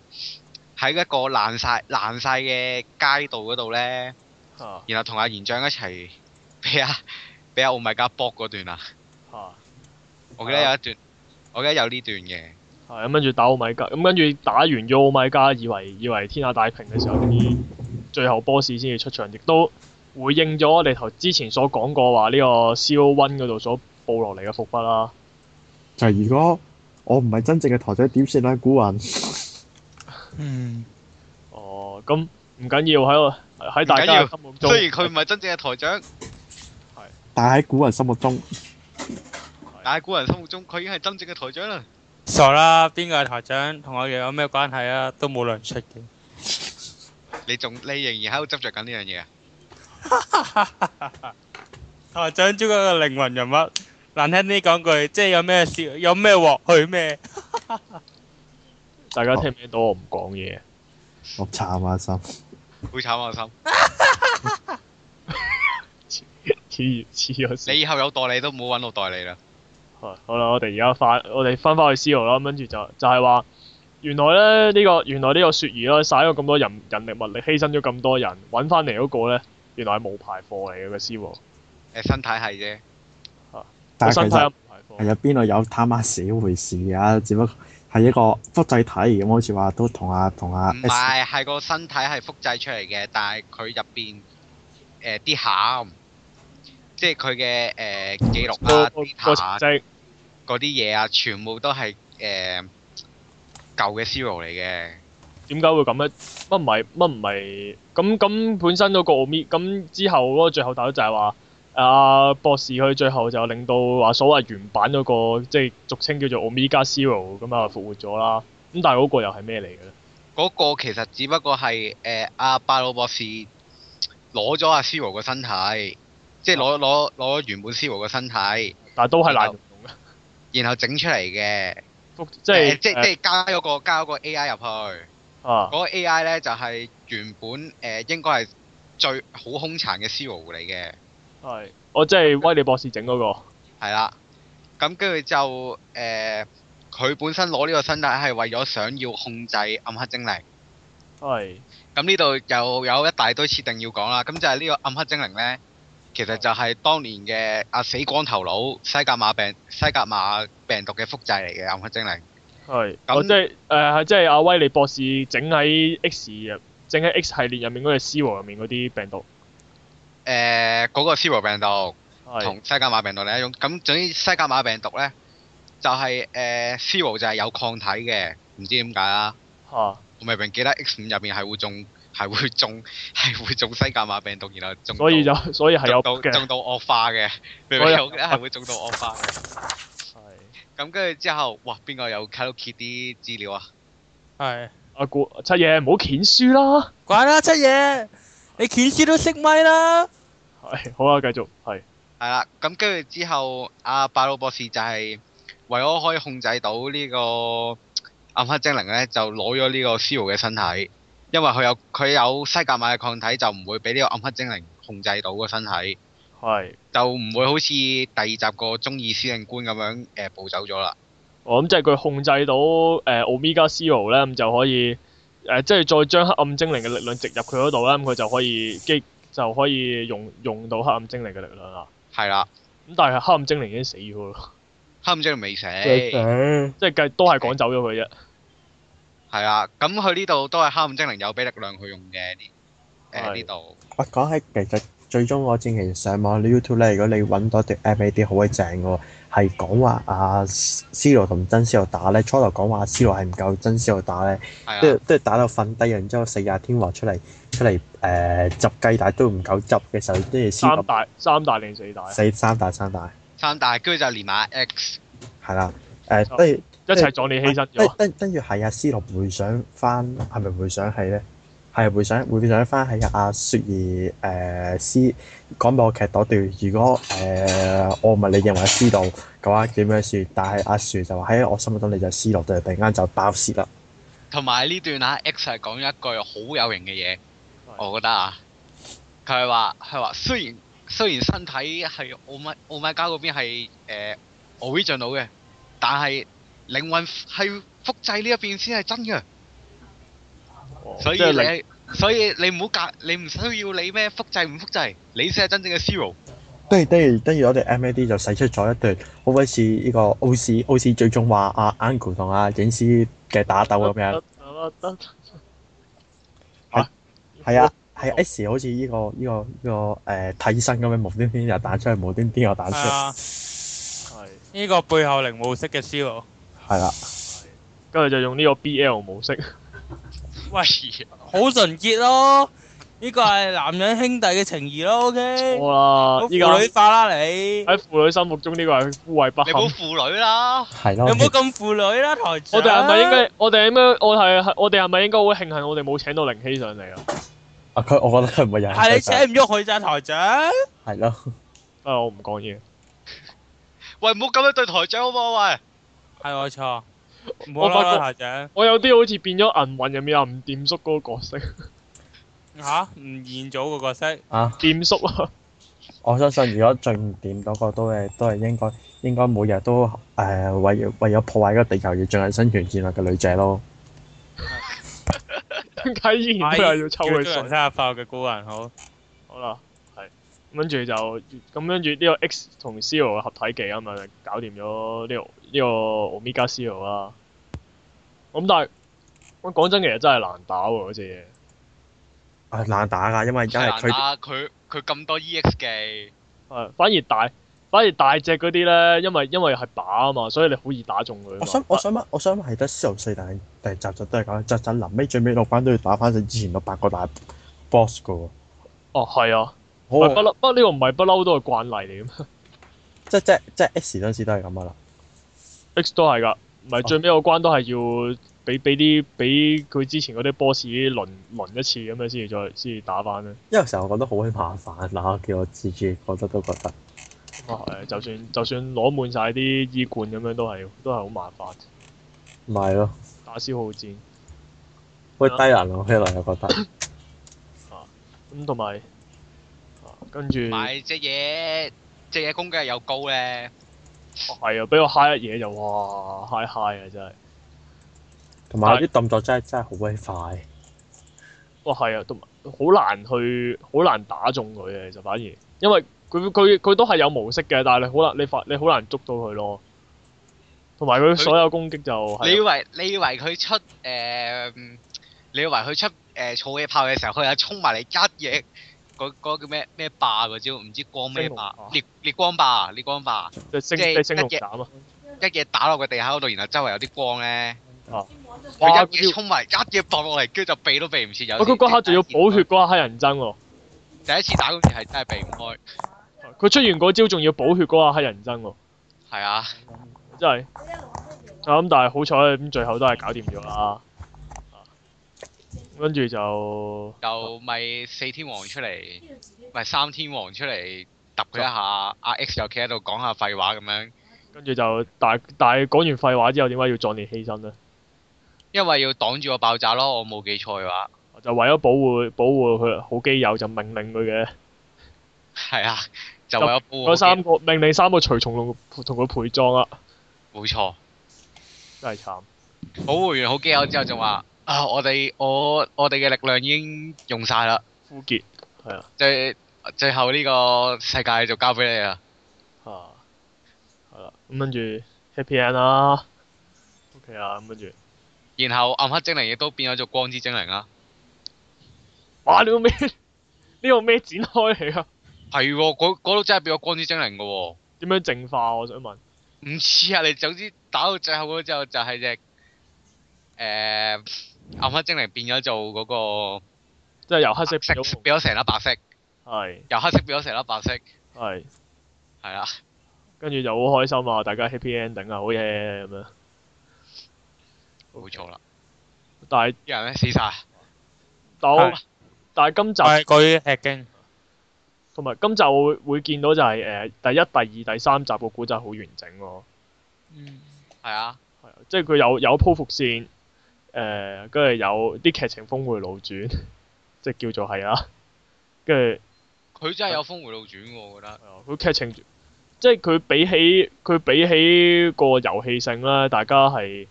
[SPEAKER 3] 喺一個爛晒爛晒嘅街道嗰度咧，
[SPEAKER 2] 嚇
[SPEAKER 3] 然後同阿賢將一齊俾阿 俾阿奧米加搏嗰段啊！
[SPEAKER 2] 嚇。
[SPEAKER 3] 我記得
[SPEAKER 2] 啊
[SPEAKER 3] 有一段，我記得有呢段嘅。
[SPEAKER 2] 系咁，跟住打奧米加，咁跟住打完咗奧米加，以為以為天下大平嘅時候，跟住最後 boss 先至出場，亦都回應咗我哋頭之前所講過話呢個 CO One 嗰度所報落嚟嘅伏筆啦。
[SPEAKER 1] 就係如果我唔係真正嘅台長，點算咧？古雲
[SPEAKER 4] 嗯，
[SPEAKER 2] 哦，咁唔緊要喺我喺大家嘅心目中，
[SPEAKER 3] 雖然佢唔係真正嘅台長，
[SPEAKER 1] 但係喺古雲心目中，
[SPEAKER 3] 但係古人心目中佢已經係真正嘅台長啦。
[SPEAKER 4] 傻啦，邊個係台長同我哋有咩關係啊？都冇糧出嘅。
[SPEAKER 3] 你仲你仍然喺度執着緊呢樣嘢啊？
[SPEAKER 4] 台長只不過係一個靈魂人物，難聽啲講句，即係有咩事有咩鑊去咩？
[SPEAKER 2] 大家聽唔聽到我唔講嘢？
[SPEAKER 1] 我慘啊心。
[SPEAKER 3] 好慘啊！心，
[SPEAKER 2] 黐黐咗線。
[SPEAKER 3] 你以後有代理都唔好揾我代理啦。
[SPEAKER 2] 好啊好啦，我哋而家翻，我哋翻返去 C 羅啦，咁跟住就就係話，原來咧呢、呢個原來呢個雪兒啦，嘥咗咁多人人力物力，犧牲咗咁多人，揾翻嚟嗰個咧，原來係無牌貨嚟嘅個 C 羅，
[SPEAKER 3] 誒身體係啫，
[SPEAKER 1] 但係
[SPEAKER 2] 個身
[SPEAKER 1] 其
[SPEAKER 2] 體
[SPEAKER 1] 實
[SPEAKER 2] 係無
[SPEAKER 1] 係
[SPEAKER 2] 牌貨，
[SPEAKER 1] 有邊度有貪黑社回事啊？只不過係一個複製體咁，好似話都同阿同
[SPEAKER 2] 啊
[SPEAKER 1] 阿
[SPEAKER 3] 唔
[SPEAKER 1] S
[SPEAKER 3] 係係個身體係複製出嚟嘅，但係佢入邊誒啲餡，即係佢嘅誒記錄啊、
[SPEAKER 2] 個個
[SPEAKER 3] 啲
[SPEAKER 2] 個
[SPEAKER 3] 餡
[SPEAKER 2] 成績
[SPEAKER 3] 嗰啲嘢啊，全部都係誒舊嘅 zero 嚟嘅。
[SPEAKER 2] 點解會咁咧？乜唔係乜唔係咁咁本身嗰個奧咪咁之後嗰個最後打就係話。啊！博士佢最後就令到話所謂原版嗰、個，即係俗稱叫做 Omega Zero 咁啊復活咗啦。咁但係嗰個又係咩嚟嘅咧？
[SPEAKER 3] 嗰、個其實只不過係誒阿巴魯博士攞咗阿 zero 個身體，即係
[SPEAKER 2] 啊
[SPEAKER 3] 攞攞攞原本 zero 個身體，
[SPEAKER 2] 但係都係難用嘅。
[SPEAKER 3] 然後整出嚟嘅，
[SPEAKER 2] 複即
[SPEAKER 3] 即
[SPEAKER 2] 係
[SPEAKER 3] 即即係加咗個加咗個 AI 入去。
[SPEAKER 2] 啊
[SPEAKER 3] 嗰個 AI 咧就係、原本誒、呃、應該係最好兇殘嘅 Zero 嚟嘅，
[SPEAKER 2] 係，我即係威利博士整嗰個
[SPEAKER 3] 係啦。咁跟住就誒，呃佢、本身攞呢個身體係為咗想要控制暗黑精靈。
[SPEAKER 2] 係
[SPEAKER 3] 咁呢度又有一大堆設定要講啦。咁就係呢個暗黑精靈咧，其實就係當年嘅阿死光頭佬西格瑪病西格瑪病毒嘅複製嚟嘅暗黑精靈。
[SPEAKER 2] 係，
[SPEAKER 3] 咁
[SPEAKER 2] 我即係誒即係阿威利博士整喺 X 入，整喺 X 系列入面嗰隻 C 和入面嗰啲病毒
[SPEAKER 3] 誒、呃嗰、個 Zero 病毒。
[SPEAKER 2] 係
[SPEAKER 3] 同西格瑪病毒另一種。咁總之西格瑪病毒咧，就係、呃誒 Zero 就係有抗體嘅，唔知點解啦。
[SPEAKER 2] 嚇，
[SPEAKER 3] 我明明記得 X 五入邊係會中， 係會中，係會中西格瑪病毒，然後中到
[SPEAKER 2] 所以就所以係有
[SPEAKER 3] 中到
[SPEAKER 2] 嘅
[SPEAKER 3] 中到惡化 嘅，明
[SPEAKER 2] 所以
[SPEAKER 3] 明我記得係會中到惡化嘅。
[SPEAKER 2] 係
[SPEAKER 3] 咁跟住之後，哇！邊個有 Hello Kitty 啲資料啊？
[SPEAKER 4] 係，
[SPEAKER 2] 阿顧七爺唔好掀書啦，
[SPEAKER 4] 怪啦七嘢，你鉛絲都識咪啦。
[SPEAKER 2] 係好啊啦，繼續係
[SPEAKER 3] 係啦，咁跟住之後，阿拜魯博士就係為咗可以控制到呢個暗黑精靈咧，就攞咗呢個 Zero 嘅身體，因為佢有佢有西格瑪嘅抗體，就唔會俾呢個暗黑精靈控制到個身體，
[SPEAKER 2] 係。
[SPEAKER 3] 就唔會好似第二集個中意司令官咁樣誒、呃、暴走咗啦。
[SPEAKER 2] 我哦諗即係佢控制到誒 Omega Zero 咧，咁就可以誒、呃即係再將黑暗精靈嘅力量植入佢嗰度啦，咁佢就可以激就可以用用到黑暗精靈嘅力量啦。
[SPEAKER 3] 係啦，
[SPEAKER 2] 咁但係黑暗精靈已經死咗咯，
[SPEAKER 3] 黑暗精靈未死，係
[SPEAKER 1] 誒，
[SPEAKER 2] 即係計都係趕走咗佢啫。
[SPEAKER 3] 啦，咁佢呢度都係黑暗精靈有俾力量佢用嘅呢誒
[SPEAKER 2] 係
[SPEAKER 3] 呢度。
[SPEAKER 1] 我講起其實最終嗰戰，其實上網你 YouTube 咧，如果你揾到一段 M A D 好鬼正嘅喎，係講話阿 C 羅同真 C 羅打咧，初頭講話 C 羅係唔夠真 C 羅打咧。
[SPEAKER 3] 係
[SPEAKER 1] 都
[SPEAKER 3] 啊，
[SPEAKER 1] 都打到瞓低，然之後四廿天王出嚟出嚟誒執雞蛋都唔夠執嘅時候，跟住先
[SPEAKER 2] 三
[SPEAKER 1] 咁
[SPEAKER 2] 大三大定四大，
[SPEAKER 1] 四三大三大
[SPEAKER 3] 三大跟住就連埋 X
[SPEAKER 1] 係啦
[SPEAKER 2] 錯
[SPEAKER 1] 誒，跟住
[SPEAKER 2] 一齊壯烈犧牲
[SPEAKER 1] 跟
[SPEAKER 2] 咗。
[SPEAKER 1] 啊跟跟住係阿斯洛回想翻係咪回想係咧？係回想回想翻係阿雪兒誒師講俾我劇嗰段，如果誒、我唔係你認為係師道啊嘅話點樣算？但係阿雪就話喺我心目中你就係師道，但係突然間就爆泄啦。
[SPEAKER 3] 同埋呢段啊，X 係講咗一句好有型嘅嘢，
[SPEAKER 2] 係
[SPEAKER 3] 我覺得啊，佢係話佢話雖然雖然身體係奧米奧米加嗰邊係誒呃 original 嘅，但係靈魂係複製呢一邊先係真嘅，
[SPEAKER 2] 哦
[SPEAKER 3] 所以
[SPEAKER 2] 即係靈
[SPEAKER 3] 你所以你唔好隔，你唔需要你咩複製唔複製，你先係真正嘅 E zero。
[SPEAKER 1] 跟住跟住跟住，我哋 MAD 就使出咗一段好鬼似呢個 O 市 O 市最終話阿 Uncle 同阿影師嘅打鬥咁樣，
[SPEAKER 2] 得得得得
[SPEAKER 1] 係係啊，係 S 好似呢個呢個呢個誒替身咁樣無端端又彈出去，無端端又彈出
[SPEAKER 4] 係
[SPEAKER 1] 去，
[SPEAKER 4] 啊，
[SPEAKER 2] 係
[SPEAKER 4] 呢個背後零模式嘅 Zero，
[SPEAKER 1] 係啦。
[SPEAKER 2] 跟住就用呢個 BL 模式，
[SPEAKER 3] 哎
[SPEAKER 4] 喂，好純潔咯，呢個係男人兄弟嘅情義咯，OK，
[SPEAKER 2] 好啦
[SPEAKER 4] 好，
[SPEAKER 2] 依家
[SPEAKER 4] 婦女化啦你，
[SPEAKER 2] 喺婦女心目中呢個係污穢不
[SPEAKER 3] 你
[SPEAKER 2] 堪。
[SPEAKER 3] 冇婦女啦，
[SPEAKER 1] 係
[SPEAKER 4] 你
[SPEAKER 1] 咯，
[SPEAKER 4] 唔好咁婦女啦台長，
[SPEAKER 2] 我哋係咪應該？我哋係咪？我係我哋係咪應該好慶幸我哋冇請到靈希上嚟啊？
[SPEAKER 1] 啊佢，我覺得佢唔係人。
[SPEAKER 4] 係你請唔喐佢咋台長？
[SPEAKER 1] 係咯，
[SPEAKER 2] 不啊過我唔講嘢。
[SPEAKER 3] 喂，唔好咁樣對台長好唔好啊？
[SPEAKER 4] 係我錯，唔
[SPEAKER 2] 我
[SPEAKER 4] 好
[SPEAKER 2] 發
[SPEAKER 4] 啦
[SPEAKER 2] 覺
[SPEAKER 4] 啦台長
[SPEAKER 2] 我有啲好似變咗銀魂入面阿吳掂叔嗰個角色，
[SPEAKER 4] 吓，吳彥祖個角色。
[SPEAKER 1] 啊！
[SPEAKER 2] 掂叔啊，
[SPEAKER 1] 我相信如果最唔掂嗰個都係都係應該應該每日都誒、呃、為為咗破壞個地球而進行生存戰略嘅女仔咯。
[SPEAKER 2] 點解依然都係要抽佢水
[SPEAKER 4] 哎叫做人？生日快樂嘅高人好，
[SPEAKER 2] 好啦，係跟住就咁跟住呢個 X 同 Zero 合體技咁咪搞掂咗呢個呢個 Omega Zero 啦。咁但係我講真，其實真係難打喎嗰隻
[SPEAKER 1] 啊難打㗎，因為因為
[SPEAKER 3] 係
[SPEAKER 1] 佢
[SPEAKER 3] 啦，佢佢咁多 EX 技，
[SPEAKER 2] 嘢，係啊反而大反而大隻嗰啲咧，因為因為係靶啊嘛，所以你好易打中佢啊嘛。
[SPEAKER 1] 我想我想問，我想問係得《屍四》但係但係集集都係咁，集集臨尾最尾六關都要打翻佢之前嗰八個大 boss 噶喎。
[SPEAKER 2] 哦係啊，唔係不
[SPEAKER 1] 好，
[SPEAKER 2] 嬲，不過呢個唔係不嬲都係慣例嚟嘅咩
[SPEAKER 1] 即即即 S 嗰陣時都係咁噶啦。
[SPEAKER 2] X 都係㗎，唔係最尾嗰關都係要俾俾啲俾佢之前嗰啲 boss 輪輪一次咁樣先至再先至打翻咧。
[SPEAKER 1] 因為成日我覺得好鬼麻煩嗱，叫我自己覺得都覺得
[SPEAKER 2] 咁啊係就算就算攞滿晒啲衣冠咁樣都係都係好麻煩，
[SPEAKER 1] 唔係咯，
[SPEAKER 2] 打消耗戰。
[SPEAKER 1] 好低能咯，希來又覺得
[SPEAKER 2] 咁同埋啊跟住
[SPEAKER 3] 同
[SPEAKER 2] 哦
[SPEAKER 3] 埋隻嘢隻嘢攻擊力又高咧，
[SPEAKER 2] 係啊，俾我嗨一嘢就哇嗨嗨啊真係，
[SPEAKER 1] 同埋啲動作真係真係好鬼快。
[SPEAKER 2] 哇係啊，同埋好難去好難打中佢嘅就反而，因為佢佢佢都係有模式嘅，但係你好難你發你好難捉到佢咯。同埋佢所有攻擊就係
[SPEAKER 3] 你以為你以為佢出誒、嗯你以為佢出誒、呃、草氣炮嘅時候，佢係衝埋嚟一嘢，嗰嗰叫咩咩霸嗰招，唔知光咩
[SPEAKER 2] 星
[SPEAKER 3] 霸
[SPEAKER 2] 龍霸，
[SPEAKER 3] 烈烈光霸，烈光霸，
[SPEAKER 2] 即係星
[SPEAKER 3] 即係
[SPEAKER 2] 即係星龍
[SPEAKER 3] 一隻
[SPEAKER 2] 斬啊！
[SPEAKER 3] 一嘢打落個地下嗰度，然後周圍有啲光咧，佢
[SPEAKER 2] 哇！
[SPEAKER 3] 一嘢
[SPEAKER 2] 佢
[SPEAKER 3] 衝埋，一嘢搏落嚟，跟住就避都避唔切。有
[SPEAKER 2] 要佢嗰刻仲要
[SPEAKER 3] 啊
[SPEAKER 2] 補血，嗰刻黑人憎喎。
[SPEAKER 3] 第一次打嗰時係真係避唔開，
[SPEAKER 2] 佢出完嗰招仲要補血嗰刻黑人憎喎，
[SPEAKER 3] 係啊，
[SPEAKER 2] 真係。啊咁，但係好彩咁最後都係搞掂咗啦。啊跟住就
[SPEAKER 3] 就咪四天王出嚟，咪三天王出嚟揼佢一下，阿 X 又企喺度講下廢話咁樣。
[SPEAKER 2] 跟住就，但係但係講完廢話之後，點解要壯烈犧牲呢？
[SPEAKER 3] 因為要擋住個爆炸咯，我冇記錯嘅話，
[SPEAKER 2] 就為咗保護保護佢好基友，就命令佢嘅
[SPEAKER 3] 係啊，就為咗保護
[SPEAKER 2] 嗰
[SPEAKER 3] 我
[SPEAKER 2] 三個命令三個隨從同同佢陪葬啦，
[SPEAKER 3] 冇錯，
[SPEAKER 2] 真係慘。
[SPEAKER 3] 保護完好基友之後就話啊，我哋我我哋嘅力量已經用晒啦，
[SPEAKER 2] 枯竭啊
[SPEAKER 3] 最最後呢個世界就交俾你啦。
[SPEAKER 2] 啊，係啦，咁跟住 happy end 啦，OK 啦，咁跟住。
[SPEAKER 3] 然後暗黑精靈亦都變咗做光之精靈啦。
[SPEAKER 2] 哇！呢個咩？呢個咩展開嚟啊？
[SPEAKER 3] 係喎，嗰嗰度真係變咗光之精靈嘅喎。
[SPEAKER 2] 點樣淨化啊？我想問。
[SPEAKER 3] 唔似啊！你總之打到最後嗰個之後就係只誒暗黑精靈變咗做嗰個
[SPEAKER 2] 即係由黑色
[SPEAKER 3] 白
[SPEAKER 2] 變
[SPEAKER 3] 色
[SPEAKER 2] 咗
[SPEAKER 3] 變咗成粒白色，
[SPEAKER 2] 係
[SPEAKER 3] 由黑色變咗成粒白色，
[SPEAKER 2] 係，
[SPEAKER 3] 係啊啦。
[SPEAKER 2] 跟住就好開心啊！大家 happy ending 啊，好嘢咁樣。
[SPEAKER 3] 冇錯啦，
[SPEAKER 2] 但係
[SPEAKER 3] 啲人咧死晒，
[SPEAKER 2] 但我
[SPEAKER 4] 係
[SPEAKER 2] 但係今集
[SPEAKER 4] 就係佢吃驚，
[SPEAKER 2] 同埋今集我會會見到就係、誒、第一、第二、第三集個古仔好完整咯、
[SPEAKER 3] 係啊，
[SPEAKER 2] 係啊，即係佢有有鋪伏線，誒跟住有啲劇情峰回路轉， 即係叫做係啊，跟住。
[SPEAKER 3] 佢真係有峰回路轉喎，我覺得。
[SPEAKER 2] 係啊佢劇情即係佢比起佢比起個遊戲性咧，大家係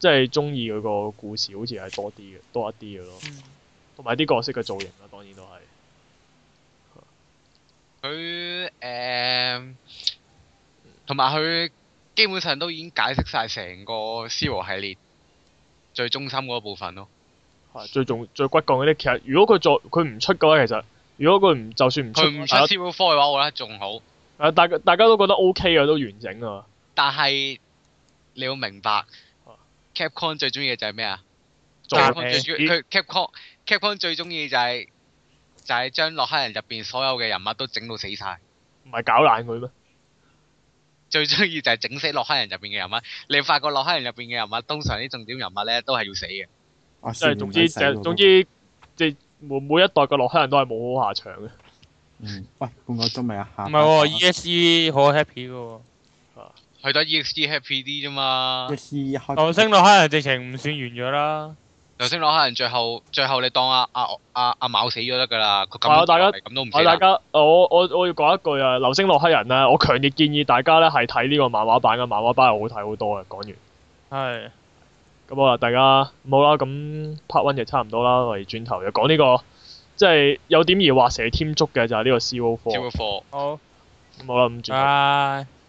[SPEAKER 2] 即係中意佢個故事，好似係多啲嘅，多一啲嘅咯。同埋啲角色嘅造型啦，當然都係。
[SPEAKER 3] 佢誒，同埋佢基本上都已經解釋晒成個 Zero 系列最中心嗰部分咯。
[SPEAKER 2] 係最重最骨幹嗰啲，其實如果佢作佢唔出嘅話，其實如果佢唔就算唔出
[SPEAKER 3] 佢唔出
[SPEAKER 2] 大家
[SPEAKER 3] Zero Four 嘅話，我覺得仲好。
[SPEAKER 2] 啊大家大家都覺得 O K 啊，都完整啊，
[SPEAKER 3] 但係你要明白，Capcom 最中意嘅就係咩啊
[SPEAKER 2] 做
[SPEAKER 3] ？Capcom 最中
[SPEAKER 2] 誒
[SPEAKER 3] 意佢 Capcom Capcom 最中意就係、就係將洛克人入邊所有嘅人物都整到死晒。
[SPEAKER 2] 唔係搞爛佢咩？
[SPEAKER 3] 最中意就係整死洛克人入邊嘅人物。你發覺洛克人入邊嘅人物，通常啲重點人物咧都係要死嘅。
[SPEAKER 1] 啊
[SPEAKER 2] 即係總之就總，之即係每每一代嘅洛克人都係冇好下場嘅。
[SPEAKER 1] 嗯喂，半個鐘未啊？
[SPEAKER 4] 唔
[SPEAKER 1] 唔
[SPEAKER 4] 係喎，ESE 好 happy 嘅喎，
[SPEAKER 3] 去到 EXG happy 啲啫嘛。
[SPEAKER 1] 一開
[SPEAKER 4] 流星落黑人直情唔算完咗啦。
[SPEAKER 3] 頭先洛克人最後最後你當阿阿阿阿卯死咗得㗎啦。佢
[SPEAKER 2] 係啊
[SPEAKER 3] 咁
[SPEAKER 2] 大家
[SPEAKER 3] 咁都唔
[SPEAKER 2] 啊！
[SPEAKER 3] 死
[SPEAKER 2] 大
[SPEAKER 3] 啦。
[SPEAKER 2] 家，我我我要講一句啊，《流星洛克人》咧，我強烈建議大家咧係睇呢個漫畫版嘅，漫畫版係好睇好多嘅。講完，
[SPEAKER 4] 係，
[SPEAKER 2] 咁好啦，大家冇啦，咁 part one 就差唔多啦，我哋轉頭就講呢、個，即係有點而畫蛇添足嘅就係呢個 C.O.
[SPEAKER 3] 招
[SPEAKER 2] Four。
[SPEAKER 3] 個貨。
[SPEAKER 4] 好，
[SPEAKER 2] 咁好啦，咁轉頭
[SPEAKER 4] 拜。